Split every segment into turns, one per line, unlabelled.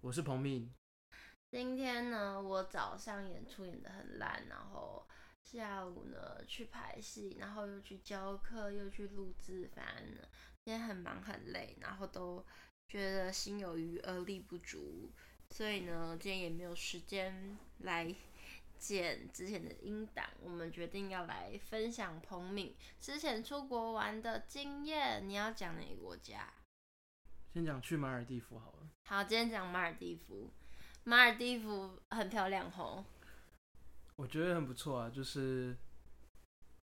我是彭敏。
今天呢，我早上演出演的很烂，然后下午呢去排戏，然后又去教课，又去录制，反正呢今天很忙很累，然后都觉得心有余而力不足，所以呢今天也没有时间来剪之前的音档，我们决定要来分享彭敏之前出国玩的经验。你要讲哪个国家？
先讲去马尔地夫好了，
好，今天讲马尔地夫。马尔地夫很漂亮吼，
我觉得很不错啊，就是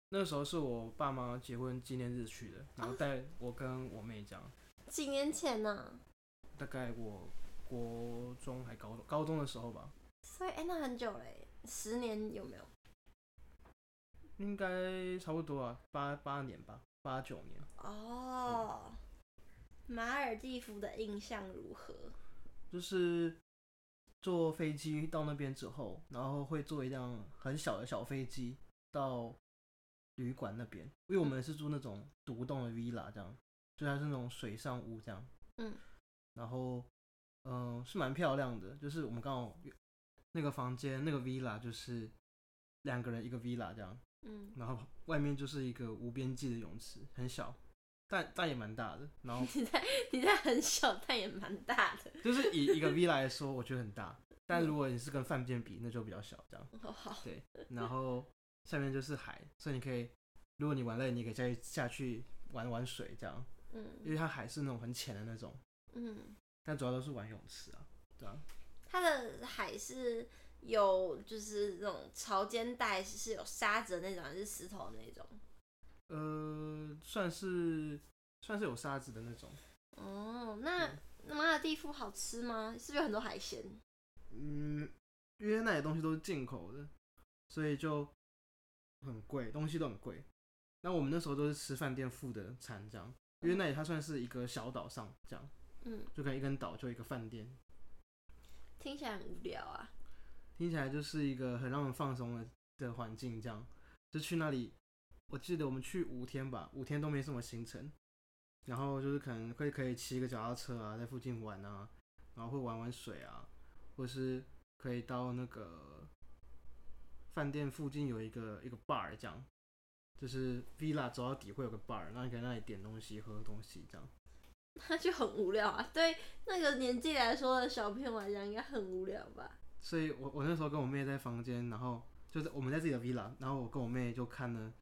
那时候是我爸妈结婚纪念日去的，然后带我跟我妹这样，
几年前呢、
大概我国中还高中高中的时候吧，
所以哎、那很久嘞，十年有没有？
应该差不多啊，八八年吧，八九年。
哦，马尔地夫的印象如何？
就是坐飞机到那边之后，然后会坐一辆很小的小飞机到旅馆那边，因为我们是住那种独栋的 villa 这样，就它是那种水上屋这样，
嗯，
然后嗯、呃是蛮漂亮的，就是我们刚好那个房间那个 villa 就是两个人一个 villa 这样，
嗯，
然后外面就是一个无边际的泳池，很小，但但也蛮大的，然后
你在你在很小，但也蛮大的。
就是以一个 V 来说，我觉得很大，但如果你是跟饭店比，那就比较小这样。
哦，好，
然后下面就是海，所以你可以，如果你玩累，你可以下去下去玩玩水这样，因
嗯
为它海是那种很浅的那种，
嗯，
但主要都是玩泳池啊，对啊，
它的海是有就是那种潮间带，是有沙子的那种，还是石头的那种？
呃，算是算是有沙子的那种，
哦，那
嗯
那马尔地夫好吃吗？是不是有很多海鲜？
嗯，因为那些东西都是进口的，所以就很贵，东西都很贵。那我们那时候都是吃饭店付的餐这样，因为那里它算是一个小岛上这样。
嗯，
就可能一根岛就一个饭店，
听起来很无聊啊。
听起来就是一个很让人放松的的环境。这样，就去那里，我记得我们去五天吧，五天都没什么行程，然后就是可能会可以骑个脚踏车啊，在附近玩啊，然后会玩玩水啊，或是可以到那个饭店附近有一个一个 bar 这样。就是 villa 走到底会有个 bar，然后你可以在那里点东西、喝东西这样。
那就很无聊啊。 对那个年纪来说的小朋友来讲，应该很无聊吧？
所以我我那时候跟我妹在房间，然后 就是我们在自己的 villa，然后我跟我妹就看了《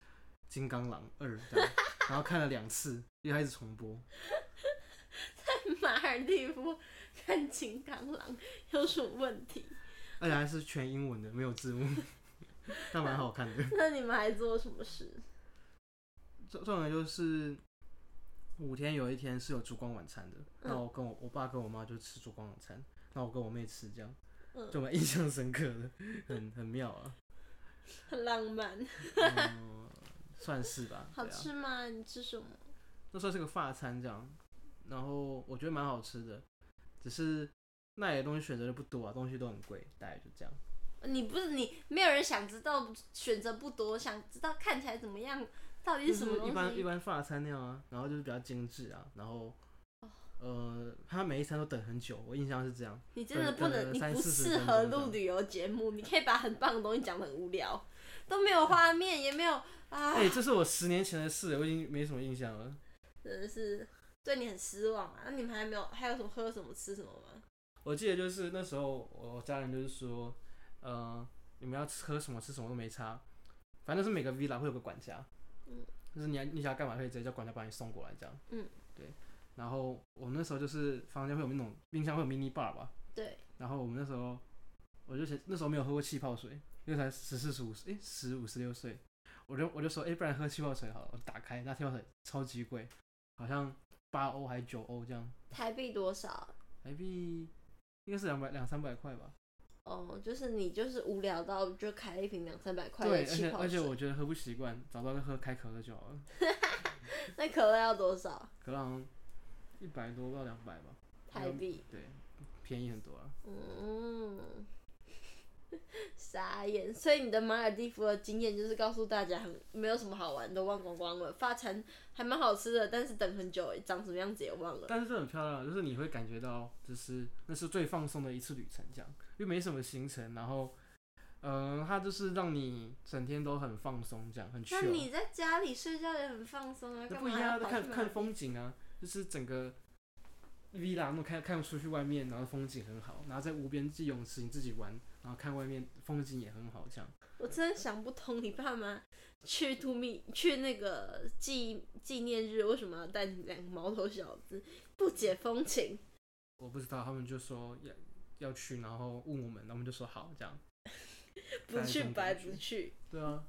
金刚狼二》这样，然后看了两次， 因为它一直重播。
马尔蒂夫看金刚狼有什么问题？
而且还是全英文的，没有字幕， 但蛮好看的。
那你们还做什么事？
重重点就是五天有一天是有烛光晚餐的，
嗯
那我跟我我爸跟我妈就吃烛光晚餐，那我跟我妹吃这样，
嗯
就蛮印象深刻的，很很妙啊，
很浪漫，
嗯，算是吧。
好
对啊
吃吗？你吃什么？
那算是个法餐这样，然后我觉得蛮好吃的，只是那里的东西选择的不多啊，东西都很贵，大概就这样。
你不是你，没有人想知道，选择不多，想知道看起来怎么样，到底
就是
什么
一
东
般一
西？
般法餐那样啊，然后就是比较精致啊，然后
哦
呃，他每一餐都等很久，我印象是这样。
你真的不
等等
能，
了
你
三
不
四十
适
分
合
钟这
录
样
旅游节目。你可以把很棒的东西讲得很无聊，都没有画面，也没有啊。
哎、这是我十年前的事，我已经没什么印象了。
真的是对你很失望啊！那你们还没有还有什么喝什么吃什么吗？
我记得就是那时候我家人就是说，呃，你们要吃喝什么吃什么都没差，反正是每个 villa 会有个管家，
嗯，
就是你要你想要干嘛可以直接叫管家把你送过来这样，
嗯，
对。然后我们那时候就是房间会有那种冰箱会有 mini bar 吧，
对，
然后我们那时候我就想那时候没有喝过气泡水，因为才十四十五诶十五十六岁，我就我就说诶，不然喝气泡水好了，我打开那气泡水超级贵，好像八欧还是九欧这样，
台币多少？
台币应该是两百两三百块吧。
哦，就是你就是无聊到就开了一瓶两三百块
对，
的
而
气
且
泡
而且
水，
我觉得喝不习惯，早知道就喝开可乐就好了。
那可乐要多少
可乐好像一百多到两百吧，
台币？
便宜很多啊。
嗯， 傻眼。所以你的马尔蒂夫的经验就是告诉大家很没有什么好玩，都忘光光了。发餐还蛮好吃的，但是等很久欸，长什么样子也忘了。
但是这很漂亮，就是你会感觉到，就是那是最放松的一次旅程，这样，因为没什么行程，然后，嗯、它就是让你整天都很放松，这样很
那
chill。
你在家里睡觉也很放松啊，
啊那
干
不
嘛
一样啊，
要
就
跑
看
去
看
马
风景啊，就是整个 villa 那种看看出去外面，然后风景很好，然后在无边际泳池你自己玩，然后看外面风景也很好，这样。
我真的想不通，你爸妈去度蜜去那个纪纪念日，为什么要带你两个毛头小子？不解风情，
我不知道，他们就说要要去，然后问我们，然后我们就说好，这样。
不
带
去
上
白
感
不
觉
去。
对啊，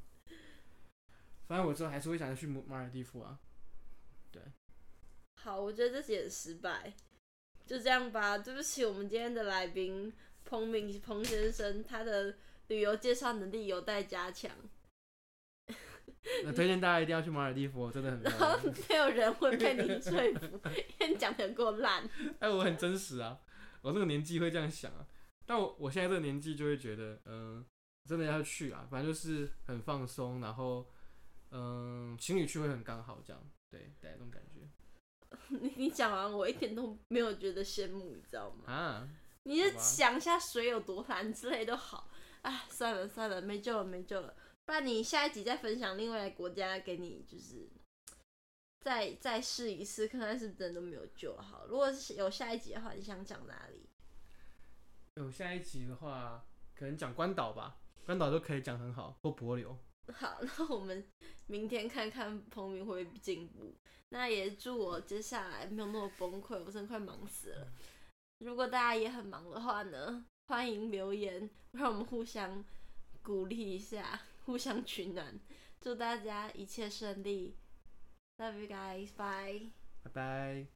反正我之后还是会想要去马马尔蒂夫 啊。
好，我觉得这次也很失败，就这样吧。对不起，我们今天的来宾彭明彭先生，他的旅游介绍能力有待加强。
那推荐大家一定要去马尔蒂夫，真的很
然
漂
后
亮。
没有人会被你说服， 因为你讲的够烂。
哎，我很真实啊，我这个年纪会这样想啊，但我我现在这个年纪就会觉得，嗯、真的要去啊，反正就是很放松，然后，嗯、情侣去会很刚好这样，对，对，这种感觉
你你讲完，我一点都没有觉得羡慕，你知道吗？
啊，
你就
好吧
想一下水有多蓝之类都好。哎，算了算了，没救了没救了。不然你下一集再分享另外一个国家给你，就是再再试一次，看看是不是真的没有救好。如果是有下一集的话，你想讲哪里？
有下一集的话，可能讲关岛吧，关岛都可以讲很好，或帛琉。
好，那我们明天看看彭明会不会进步。那也祝我接下来没有那么崩溃，我真的快忙死了。如果大家也很忙的话呢，欢迎留言，让我们互相鼓励一下，互相取暖。祝大家一切顺利，Love you guys，bye。
拜拜。